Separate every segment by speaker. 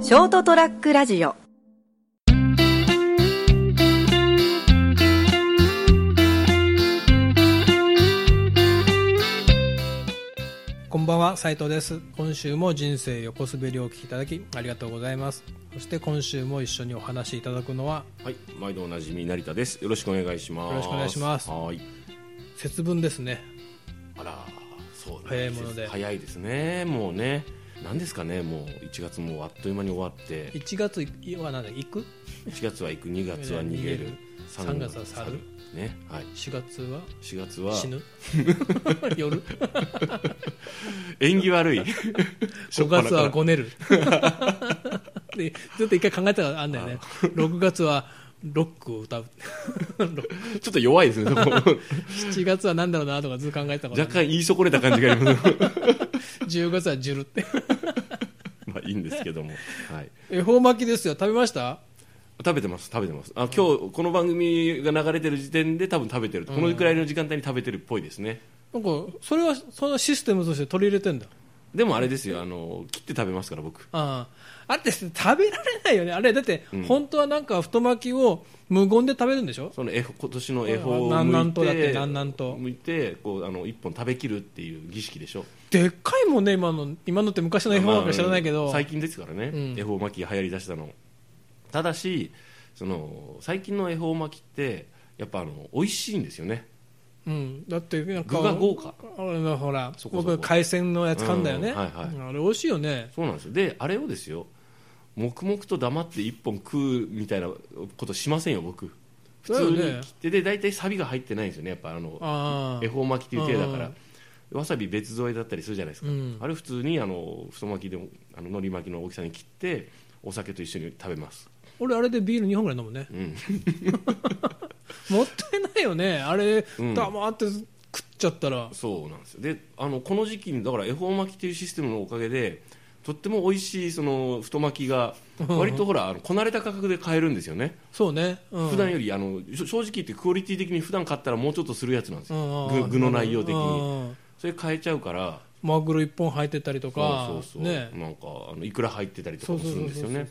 Speaker 1: ショートトラックラジオ
Speaker 2: こんばんは斉藤です今週も人生横滑りをお聞きいただきありがとうございますそして今週も一緒にお話しいただくのは
Speaker 3: はい、毎度おなじみ成田です。よろしくお願いします。
Speaker 2: よろしくお願いします
Speaker 3: はーい。
Speaker 2: 節分ですね
Speaker 3: あら、そう
Speaker 2: 早いもので
Speaker 3: 季節早いですね。もうね、なんですかね、もう1月もあっという間に終わって、
Speaker 2: 1月は何だ行く
Speaker 3: 1月は行く、2月は逃げ
Speaker 2: 逃げ
Speaker 3: る
Speaker 2: る、
Speaker 3: 三
Speaker 2: 三月は去る。
Speaker 3: ね、はい。
Speaker 2: 4月は
Speaker 3: 4月は
Speaker 2: 死 ぬ夜
Speaker 3: 縁起 悪い。
Speaker 2: 5月はごね るでずっと一回考えたことあんだよね6月はロックを歌う
Speaker 3: ちょっと弱いで すね。そこ
Speaker 2: 7月は何だろうなとかずっと考えてたことあ
Speaker 3: 若
Speaker 2: る
Speaker 3: 干言い損ねた感じがあり ます。
Speaker 2: 10月はジュルって
Speaker 3: まあいいんですけども。はい。
Speaker 2: 恵方巻きですよ食べました
Speaker 3: 食べてます食べてますあ今日この番組が流れてる時点で多分食べてる、このくらいの時間帯に食べてるっぽいですね
Speaker 2: なんかそれはそのシステムとして取り入れてんだ
Speaker 3: でもあれですよあの切って食べますから僕
Speaker 2: あああれって食べられないよね、あれだって本当はなんか太巻きを無言で食べるんでしょ、
Speaker 3: その絵本今年の絵本を
Speaker 2: 南南
Speaker 3: 向
Speaker 2: 東
Speaker 3: い
Speaker 2: だって
Speaker 3: て
Speaker 2: 南南東
Speaker 3: 向いてこうあの一本食べきるっていう儀式でしょ
Speaker 2: でっかいもんね、今の今のって昔の絵本なんか知らないけど、
Speaker 3: まあ最近ですからね、
Speaker 2: うん
Speaker 3: 恵方巻きが流行りだしたのただしその最近の恵方巻きってやっぱあの美味しいんですよね
Speaker 2: うん、だってなんか
Speaker 3: 具が豪華
Speaker 2: あのほら
Speaker 3: そこそこ
Speaker 2: 僕、海鮮のやつ買うんだよね、
Speaker 3: うんはいはい
Speaker 2: あれ美味しいよね、
Speaker 3: そうなんですよであれをですよ黙々と黙って一本食うみたいなことしませんよ僕普
Speaker 2: だ
Speaker 3: 通
Speaker 2: よね
Speaker 3: に切ってで大体サビが入ってないんですよねやっぱあの
Speaker 2: ああ
Speaker 3: 恵方巻きっていう手だか
Speaker 2: う
Speaker 3: ら
Speaker 2: ん、
Speaker 3: わさび別添えだったりするじゃないですか、
Speaker 2: うん
Speaker 3: あれ普通にあの太巻きでもあの海苔巻きの大きさに切ってお酒と一緒に食べます、
Speaker 2: 俺、あれでビール2本ぐらい飲むね、
Speaker 3: うん、
Speaker 2: もったいないよね、あれ、
Speaker 3: うん
Speaker 2: 黙って食っちゃったら、
Speaker 3: そうなんですよであのこの時期にだから恵方巻きっていうシステムのおかげでとっても美味しいその太巻きが割とほらあのこなれた価格で買えるんですよね
Speaker 2: そうね、うん、
Speaker 3: 普段よりあのしょ正直言ってクオリティ的に普段買ったらもうちょっとするやつなんですよ
Speaker 2: うん
Speaker 3: 具具の内容的に
Speaker 2: うん
Speaker 3: それ変えちゃうから
Speaker 2: マグロ1本入ってたりとか、
Speaker 3: そうそうそう、
Speaker 2: ね、
Speaker 3: なんかあのいくら入ってたりとかもするんですよ
Speaker 2: そう
Speaker 3: ね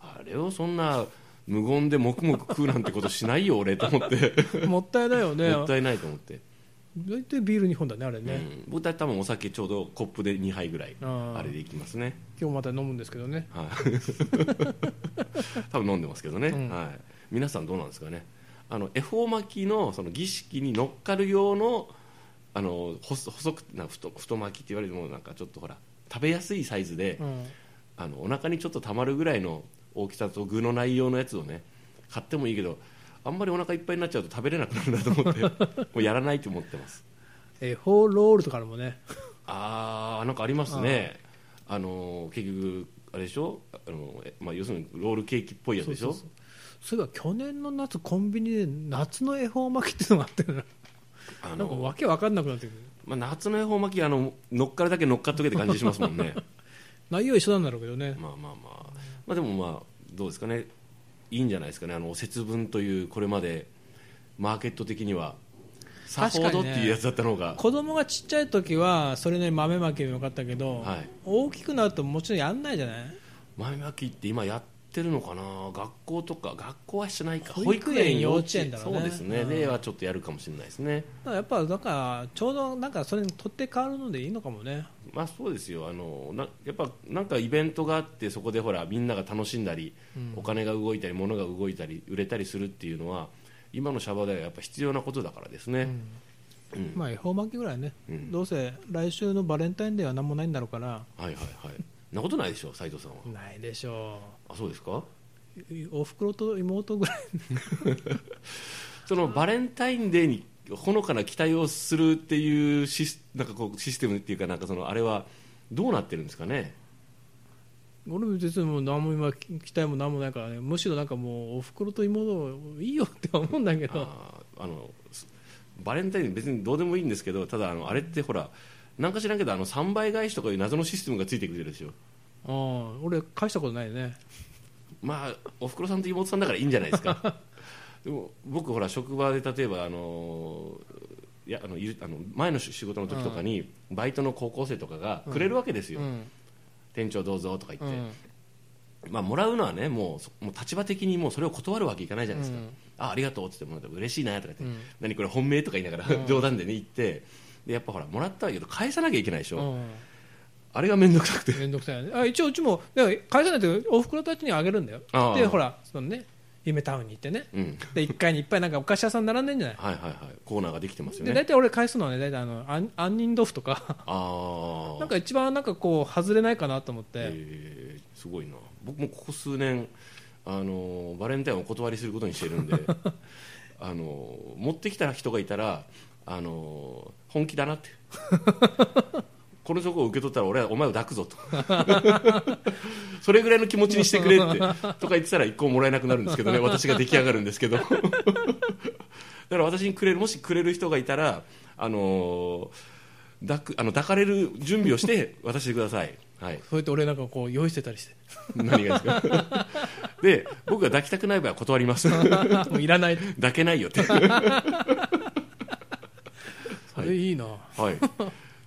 Speaker 3: あれをそんな無言で黙々食うなんてことしないよ俺と思って
Speaker 2: もったいないよ ね
Speaker 3: もったいないと思って、
Speaker 2: 大体ビール2本だねあれ
Speaker 3: う
Speaker 2: ね、
Speaker 3: ん、僕は多分お酒ちょうどコップで2杯ぐらい
Speaker 2: あー
Speaker 3: あれでいきます ね
Speaker 2: 今日また飲むんですけどね
Speaker 3: はい多分飲んでますけどね、
Speaker 2: うん
Speaker 3: はい、皆さんどうなんですかねあの恵方巻きのその儀式に乗っかる用のあの細細くな太太巻きって言われるものなんかちょっとほら食べやすいサイズで、
Speaker 2: うん
Speaker 3: あのお腹にちょっとたまるぐらいの大きさと具の内容のやつをね買ってもいいけどあんまりお腹いっぱいになっちゃうと食べれなくなるなと思って もうやらないと思ってます
Speaker 2: 恵方ロールとかあるもんね
Speaker 3: あーなんかありますねあの結局あれでしょあの、えまあ、要するにロールケーキっぽいやつでしょ
Speaker 2: そうそうそういえば去年の夏コンビニで夏の恵方巻きっていうのがあったよな
Speaker 3: あ
Speaker 2: なんか
Speaker 3: の、
Speaker 2: わけわかんなくなってくる
Speaker 3: まあ、夏の恵方巻きあの乗っかるだけ乗っかっとけって感じしますもんね
Speaker 2: 内容は一緒なんだろうけどね、
Speaker 3: まあまあまあ、まあ、でもまあどうですかねいいんじゃないですかねあの節分というこれまでマーケット的にはさほどっていうやつだったのが、
Speaker 2: 子供がちっちゃい時はそれなりに豆まきもよかったけど、
Speaker 3: はい
Speaker 2: 大きくなるともちろんやんないじゃない
Speaker 3: 豆まきって今やってるのかな学校とか学校はしてないか
Speaker 2: 保育園幼稚園だろうね
Speaker 3: そうですね、
Speaker 2: うん
Speaker 3: ではちょっとやるかもしれないですね
Speaker 2: だからやっぱだからちょうどなんかそれに取って変わるのでいいのかもね
Speaker 3: まあそうですよあのなやっぱなんかイベントがあってそこでほらみんなが楽しんだり、お金が動いたり物が動いたり売れたりするっていうのは今のシャバではやっぱ必要なことだからですね、うん
Speaker 2: まあ恵方巻きぐらいね、
Speaker 3: うん
Speaker 2: どうせ来週のバレンタインデーは何もないんだろうから
Speaker 3: はいはいはいそんなことないでしょ斉藤さんは
Speaker 2: ないでしょ
Speaker 3: あそうですか
Speaker 2: うおふくろと妹ぐらい
Speaker 3: そのバレンタインデーにほのかな期待をするっていうシスなんかこうシステムっていうかなんかそのあれはどうなってるんですかね
Speaker 2: 俺も別にもう何も今期待も何もないからねむしろなんかもうおふくろと妹いいよって思うんだけど
Speaker 3: あーあのすバレンタイン別にどうでもいいんですけどただあのあれってほらなんか知らんけどあの3倍返しとかいう謎のシステムがついてくるでしょ
Speaker 2: うん俺返したことないね
Speaker 3: まあおふくろさんと妹さんだからいいんじゃないですか でも僕ほら職場で例えばあのいやあのいるあの前の仕仕事の時とかにバイトの高校生とかがくれるわけですよ、
Speaker 2: うん
Speaker 3: 店長どうぞとか言って、
Speaker 2: うん
Speaker 3: まあ、もらうのはねもうそもう立場的にもうそれを断るわけいかないじゃないですか、
Speaker 2: うん
Speaker 3: あありがとうって言ってもらって嬉しいなとか言って、
Speaker 2: うん
Speaker 3: 何これ本命とか言いながら、冗談でね言ってでやっぱほらもらったけど返さなきゃいけないでしょ、
Speaker 2: うん
Speaker 3: あれが面倒くさくて
Speaker 2: 面倒くさいよねあ一応うちもだから返さないとおふくろたちにあげるんだよ
Speaker 3: ああ
Speaker 2: でほらそのね夢タウンに行ってね
Speaker 3: うん
Speaker 2: で1階にいっぱいなんかお菓子屋さん並んでんじゃない
Speaker 3: はいはいはいコーナーができてますよ
Speaker 2: で
Speaker 3: ね
Speaker 2: 大体俺返すのはね大体あの杏杏仁豆腐とか
Speaker 3: ああ
Speaker 2: なんか一番なんかこう外れないかなと思って、
Speaker 3: えーすごいな僕もここ数年あのバレンタインをお断りすることにし てるんであの持ってきた人がいたらあの本気だなって このチョコを受け取ったら俺はお前を抱くぞと それぐらいの気持ちにしてくれってとか言ってたら一個ももらえなくなるんですけどね私が出来上がるんです けどだから私にくれるもしくれる人がいたらあの抱くあの抱かれる準備をして渡してください、はい、
Speaker 2: そうやって俺なんかこう用意してたりして
Speaker 3: 何がですか で僕が抱きたくない場合は断ります抱
Speaker 2: もういらない
Speaker 3: けないよって
Speaker 2: それいいな、
Speaker 3: はい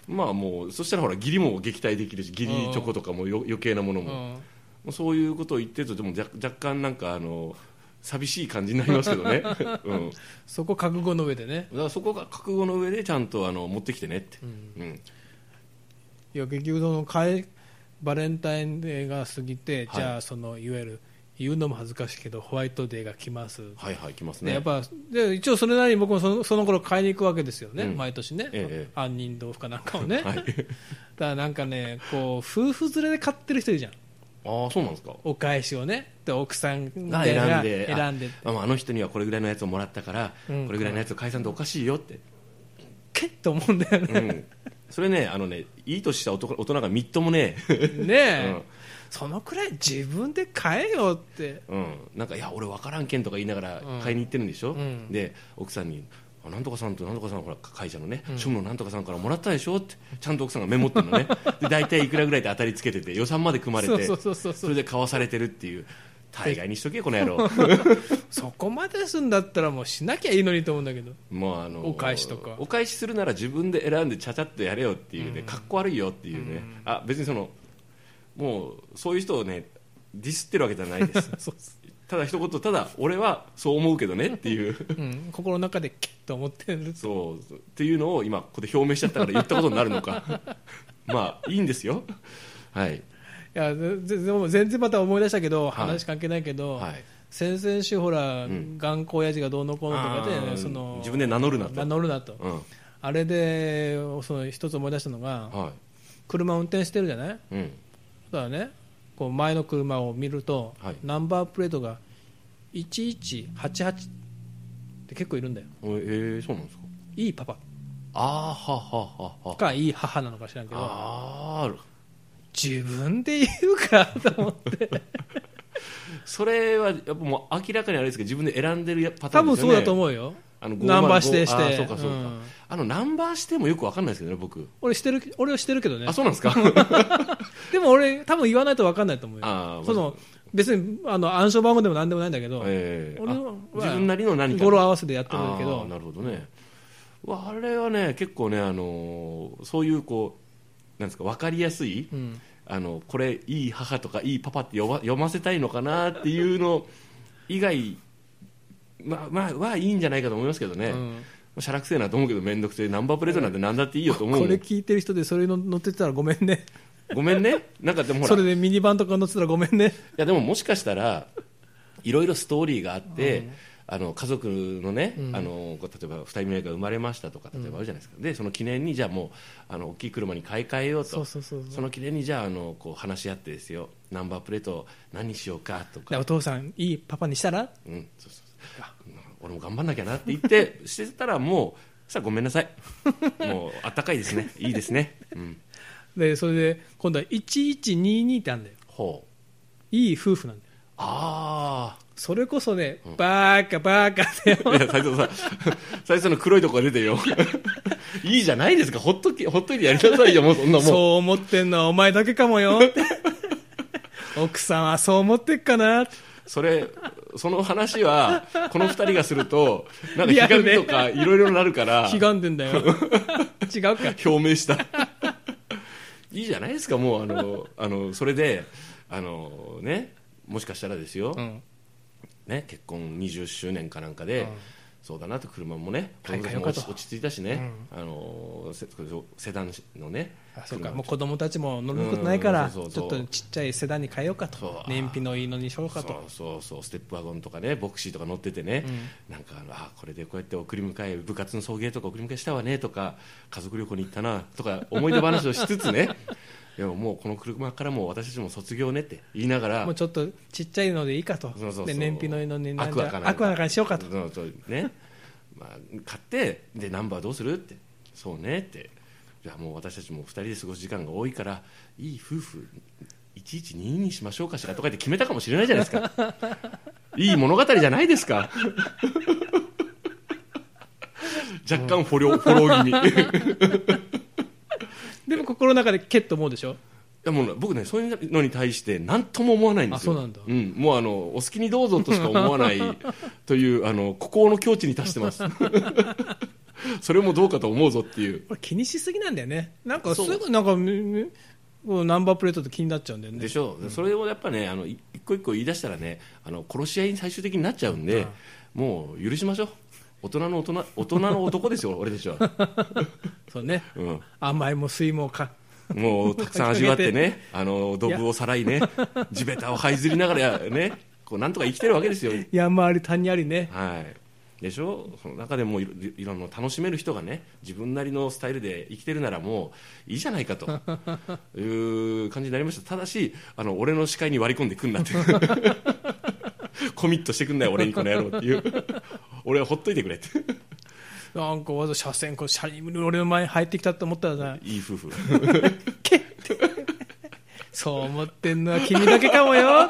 Speaker 3: まあもうそしたらほら義理も撃退できるし義理チョコとかもよ余計なもの
Speaker 2: うん
Speaker 3: も,、もうそういうことを言ってるとでも若若干なんかあの寂しい感じになりますけ どね、うん、だか
Speaker 2: そこ覚悟の上でね
Speaker 3: らそこが覚悟の上でちゃんとあの持ってきてねって、うん
Speaker 2: いや結局その帰バレンタインデーが過ぎて、
Speaker 3: はい
Speaker 2: じゃあそのいわゆる言うのも恥ずかしいけどホワイトデーが来ます、
Speaker 3: はいはい来ます
Speaker 2: で
Speaker 3: ね
Speaker 2: やっぱで一応それなりに僕もそのその頃買いに行くわけですよね、
Speaker 3: うん
Speaker 2: 毎年ね、
Speaker 3: ええ
Speaker 2: 杏仁豆腐かなんかをね、
Speaker 3: はい
Speaker 2: だからなんかねこう夫婦連れで買ってる人いるじゃん
Speaker 3: ああそうなんですか
Speaker 2: お返しをねで奥さん
Speaker 3: が
Speaker 2: が
Speaker 3: 選
Speaker 2: 選
Speaker 3: ん
Speaker 2: ん
Speaker 3: で
Speaker 2: で選んで
Speaker 3: あああの人にはこれぐらいのやつをもらったから、
Speaker 2: うん
Speaker 3: これぐらいのやつを返さんとおかしいよって
Speaker 2: けっと思うんだよ
Speaker 3: う
Speaker 2: ね、
Speaker 3: ん、それねあのねいい年した男大人がみっともね
Speaker 2: ね
Speaker 3: え、
Speaker 2: え、
Speaker 3: うん
Speaker 2: そのくらい自分で買えよって
Speaker 3: うん、なんか「いや俺分からんけん」とか言いながら
Speaker 2: うん
Speaker 3: 買いに行ってるんでしょ、
Speaker 2: うん
Speaker 3: で奥さんに「あなんとかさんとなんとかさんほら会社のね庶務のなんとかさんからもらったでしょ」ってちゃんと奥さんがメモってる のねで大体いくらぐらいで当たりつけてて予算まで組まれて
Speaker 2: そうそうそうそう
Speaker 3: それで買わされてるっていう大概にしとけよこの野郎
Speaker 2: そこまですんだったらもうしなきゃいいのにと思うんだけど
Speaker 3: もうあの
Speaker 2: お返しとか
Speaker 3: お返しするなら自分で選んでちゃちゃっとやれよっていうね、かっこ悪いよっていうね、あ別にそのもうそういう人をねディスってるわけじゃないです
Speaker 2: そうっす
Speaker 3: ただ一言ただ俺はそう思うけどねっていう
Speaker 2: うん、心の中でけっと思ってる
Speaker 3: そうそうっていうのを今ここで表明しちゃったから言ったことになる のかまあいいんですよはい
Speaker 2: いやぜぜでも全然また思い出したけど、
Speaker 3: い
Speaker 2: 話関係ないけど、
Speaker 3: はい
Speaker 2: 先々週、ほら、
Speaker 3: ん
Speaker 2: 頑固親父がどうのこうのとかで、
Speaker 3: あー
Speaker 2: その
Speaker 3: 自分で名乗るなと
Speaker 2: 名乗るなと
Speaker 3: うん
Speaker 2: あれでその一つ思い出したのが、
Speaker 3: は
Speaker 2: 車運転してるじゃない、
Speaker 3: いうん
Speaker 2: だからね、こう前の車を見ると、
Speaker 3: はい
Speaker 2: ナンバープレートが1188って結構いるんだよ、
Speaker 3: おえー、そうなんですか
Speaker 2: いいパパ
Speaker 3: ああはははは
Speaker 2: かいい母なのか知らんけど、
Speaker 3: ああ
Speaker 2: 自分で言うかと 思って、
Speaker 3: それはやっぱもう明らかにあれですけど自分で選んでるパター
Speaker 2: 多
Speaker 3: ンで
Speaker 2: 分
Speaker 3: す
Speaker 2: そ
Speaker 3: よね
Speaker 2: うだと思うよ、
Speaker 3: あの
Speaker 2: ナンバー指定して
Speaker 3: あーそうかそうか、
Speaker 2: うん
Speaker 3: あのナンバー指定もよくわかんないですけどね僕
Speaker 2: 俺してる、俺はしてるけどね
Speaker 3: あ。そうなん ですか
Speaker 2: でも俺、多分言わないと分かんないと思う
Speaker 3: あ
Speaker 2: よ
Speaker 3: ー、
Speaker 2: その別にあの暗証番号でもなんでもないんだけど、
Speaker 3: ええ
Speaker 2: 俺
Speaker 3: あ
Speaker 2: は
Speaker 3: 自分なりの何か
Speaker 2: 語呂合わせでやってるんだけ
Speaker 3: あー
Speaker 2: ど、
Speaker 3: なるほどねうわあれはね結構ね、あのーそういうこうなんですか分かりやすい、
Speaker 2: うん
Speaker 3: あのこれいい母とかいいパパって呼ば読ませたいのかなっていうの以外まあまあはいいんじゃないかと思いますけどね、
Speaker 2: う
Speaker 3: ま
Speaker 2: ん
Speaker 3: あしゃらくせえなと思うけど面倒くせえナンバープレートなんて何だっていいよと思う
Speaker 2: これ聞いてる人でそれの乗ってたらごめんね、
Speaker 3: ごめんねなんかでもほら
Speaker 2: それでミニバンとか乗ってたらごめんね、
Speaker 3: いやでももしかしたらいろいろストーリーがあって、あの家族のね、あのこう例えば2人目が生まれましたとか例えばあるじゃないですか、でその記念にじゃあもうあの大きい車に買い替えようと
Speaker 2: そうそうそうそう
Speaker 3: の記念にじゃああのこう話し合ってですよナンバープレート何にしようかと
Speaker 2: で
Speaker 3: か、
Speaker 2: お父さん、いいパパにしたら
Speaker 3: うん、そうそうそう俺も頑張んなきゃなって言ってしてたらもうさあごめんなさいもうあったかいですねいいですね、うん、
Speaker 2: で、それで今度は1122ってあるんだよ、
Speaker 3: ほう
Speaker 2: いい夫婦なんだよ、
Speaker 3: ああ
Speaker 2: それこそね、バーカ、バーカだよ、
Speaker 3: いや、最初さん、最初の黒いとこが出てるよ。 いいじゃないですか。ほっとき、ほっといてやりなさいよ、もうそんなもん。
Speaker 2: そう思ってんのはお前だけかも よって、奥さんはそう思ってっかなって。
Speaker 3: それ、その話は、この二人がすると、なんか、ひがみとか、いろいろなる から、
Speaker 2: ひがんでんだよ違うか
Speaker 3: 表明した。いいじゃないですか、もう、あの、あの、それで、あの、ね、もしかしたらですよ、
Speaker 2: うん
Speaker 3: ね、結婚20周年かなんかで、
Speaker 2: うん
Speaker 3: そうだなと車もね
Speaker 2: 買い替えようか
Speaker 3: 落
Speaker 2: と
Speaker 3: ち落ち着いたしね、あのせセダンのね
Speaker 2: あそうか
Speaker 3: 車
Speaker 2: もう子供たちも乗ることないから、
Speaker 3: うんそうそう
Speaker 2: ちょ
Speaker 3: そ
Speaker 2: っ
Speaker 3: う
Speaker 2: とちっちゃいセダンに変えようか
Speaker 3: そ
Speaker 2: と
Speaker 3: う
Speaker 2: 燃費のいいのにしようか
Speaker 3: そう
Speaker 2: と
Speaker 3: そうそうステップワゴンとかねボクシーとか乗っててね、なんかあのあこれでこうやって送り迎え部活の送迎とか送り迎えしたわねとか家族旅行に行ったなとか思い出話をしつ つねでももうこの車からもう私たちも卒業ねって言いながら
Speaker 2: もうちょっとちっちゃいのでいいかと
Speaker 3: そうそうそう
Speaker 2: で燃費のいいのになん
Speaker 3: ア
Speaker 2: じ
Speaker 3: ク
Speaker 2: ゃ
Speaker 3: アかなんか
Speaker 2: アクアなんかにしようかと、
Speaker 3: そうそうね、まあ、買ってでナンバーどうするってそうねってじゃあもう私たちも2人で過ごす時間が多いからいい夫婦1122にしましょうかしらとかって決めたかもしれないじゃないで すかいい物語じゃないですか若干フォローフォロー気味い
Speaker 2: でも心の中でけっと思うでしょ
Speaker 3: やもう僕ねそういうのに対して何とも思わないんですよ
Speaker 2: あそうなんだ
Speaker 3: もうあのお好きにどうぞとしか思わない というあの孤高の境地に達してますそれもどうかと思うぞっていう
Speaker 2: これ気にしすぎなんだよねなんかす
Speaker 3: そう
Speaker 2: ぐなんかみみこうナンバープレートって気になっちゃうんだよね
Speaker 3: でしょう、それをやっぱねあのい一個一個言い出したらねあの殺し合いに最終的になっちゃうんで、もう許しましょう大人の大人大人の男ですよ 俺たちは、
Speaker 2: そうね
Speaker 3: うん、
Speaker 2: 甘いも水もか
Speaker 3: もうたくさん味わっ てねあのドブをさらいね地べたを這いずりながらねこうなんとか生きてるわけですよ
Speaker 2: 山あり谷ありね
Speaker 3: はい、でしょその中でもいろいろんな楽しめる人がね自分なりのスタイルで生きてるならもういいじゃないかと いう感じになりましたただしあの俺の視界に割り込んでくんなって コミットしてくんなよ俺にこの野郎っていう俺はほっといてくれって
Speaker 2: なんかわざわざ車線こう車輪俺の前に入ってきたと思ったらさ
Speaker 3: いい夫婦
Speaker 2: けってそう思ってんのは君だけかもよ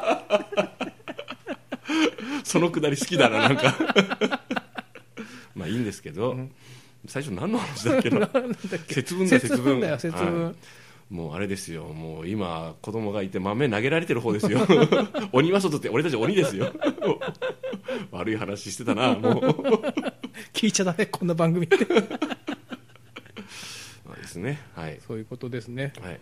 Speaker 3: そのくだり好きだななんかまあいいんですけど、最初何の話だっ けな 節分だ
Speaker 2: 節分だよ節分
Speaker 3: はいもうあれですよもう今子供がいて豆投げられてる方で すよ鬼は外って俺たち鬼ですよ 悪い話してたなもう
Speaker 2: 聞いちゃダメこんな番組 って
Speaker 3: まあですねはい、
Speaker 2: そういうことですね
Speaker 3: は
Speaker 2: とい
Speaker 3: い、
Speaker 2: う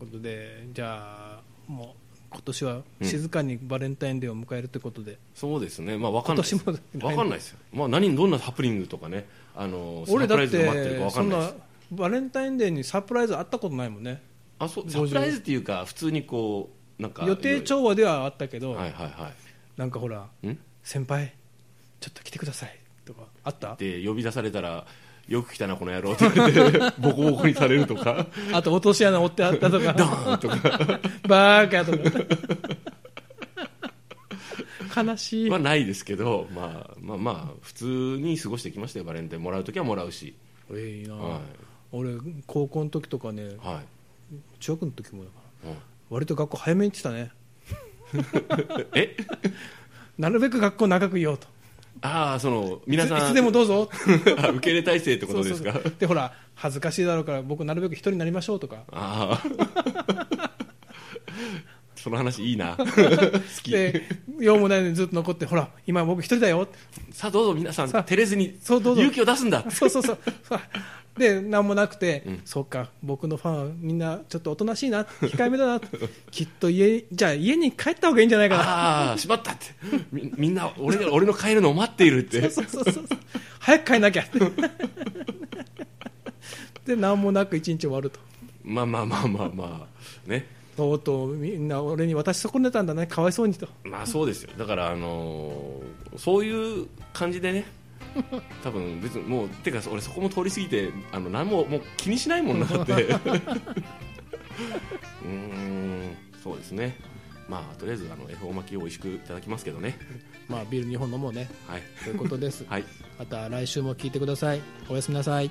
Speaker 2: ことでじゃあもう今年は静かにバレンタインデーを迎えるということで、
Speaker 3: そうですねまあわかんないです
Speaker 2: 今年も
Speaker 3: わかんないですよまあ何どんなハプニングとかねあの
Speaker 2: 俺だっ
Speaker 3: サプライズが待ってるか
Speaker 2: て
Speaker 3: わ
Speaker 2: そ
Speaker 3: かん
Speaker 2: ん
Speaker 3: ないで
Speaker 2: な
Speaker 3: す
Speaker 2: バレンタインデーにサプライズあったことないもんね
Speaker 3: あそう
Speaker 2: 50
Speaker 3: サプライズっていうか普通にこうなんか
Speaker 2: 予定調和ではあったけど、
Speaker 3: はいはいはい
Speaker 2: なんかほら
Speaker 3: ん
Speaker 2: 先輩ちょっと来てくださいとかあった
Speaker 3: って呼び出されたらよく来たなこの野郎って言われてボコボコにされるとか
Speaker 2: あと落とし穴折ってあったとかバーカとか悲しい、
Speaker 3: はないですけど、まあ、まあまあ普通に過ごしてきましたよバレンタインもらう時はもらうし、
Speaker 2: えいいな、
Speaker 3: は
Speaker 2: 俺高校の時とかね
Speaker 3: いは
Speaker 2: 中学の時もだから
Speaker 3: いうん
Speaker 2: 割と学校早めに行ってたね
Speaker 3: え
Speaker 2: なるべく学校長くいようと
Speaker 3: ああその皆さん
Speaker 2: いつい つでもどうぞ
Speaker 3: あ受け入れ体制ってことですか
Speaker 2: そうそうそうでほら恥ずかしいだろうから僕なるべく一人になりましょうとか
Speaker 3: ああ その話いいな好き
Speaker 2: で用もないのにずっと残ってほら今僕一人だよ
Speaker 3: さあどうぞ皆さん
Speaker 2: さあ
Speaker 3: 照れずに
Speaker 2: そうどうぞ
Speaker 3: 勇気を出すんだ
Speaker 2: そうそうそうそうで何もなくて、そっか僕のファンはみんなちょっとおとなしいな控えめだなきっと家じゃあ家に帰った方がいいんじゃないかな
Speaker 3: ああしまったってみみんな俺が俺の帰るのを待っているって
Speaker 2: そうそうそうそう早く帰んなきゃ ってで何もなく一日終わると
Speaker 3: まあまあまあまあまあね
Speaker 2: とうとうみんな俺に私損ねたんだねかわいそうにと
Speaker 3: まあそうですよだからあのーそういう感じでね多分別にもうてか俺そこも通り過ぎてあの何ももう気にしないもんなってうーんそうですねまあとりあえずあの恵方巻きを美味しくいただきますけどね
Speaker 2: まあビール2本飲もうね
Speaker 3: はい
Speaker 2: ということです
Speaker 3: はい
Speaker 2: また来週も聞いてくださいおやすみなさい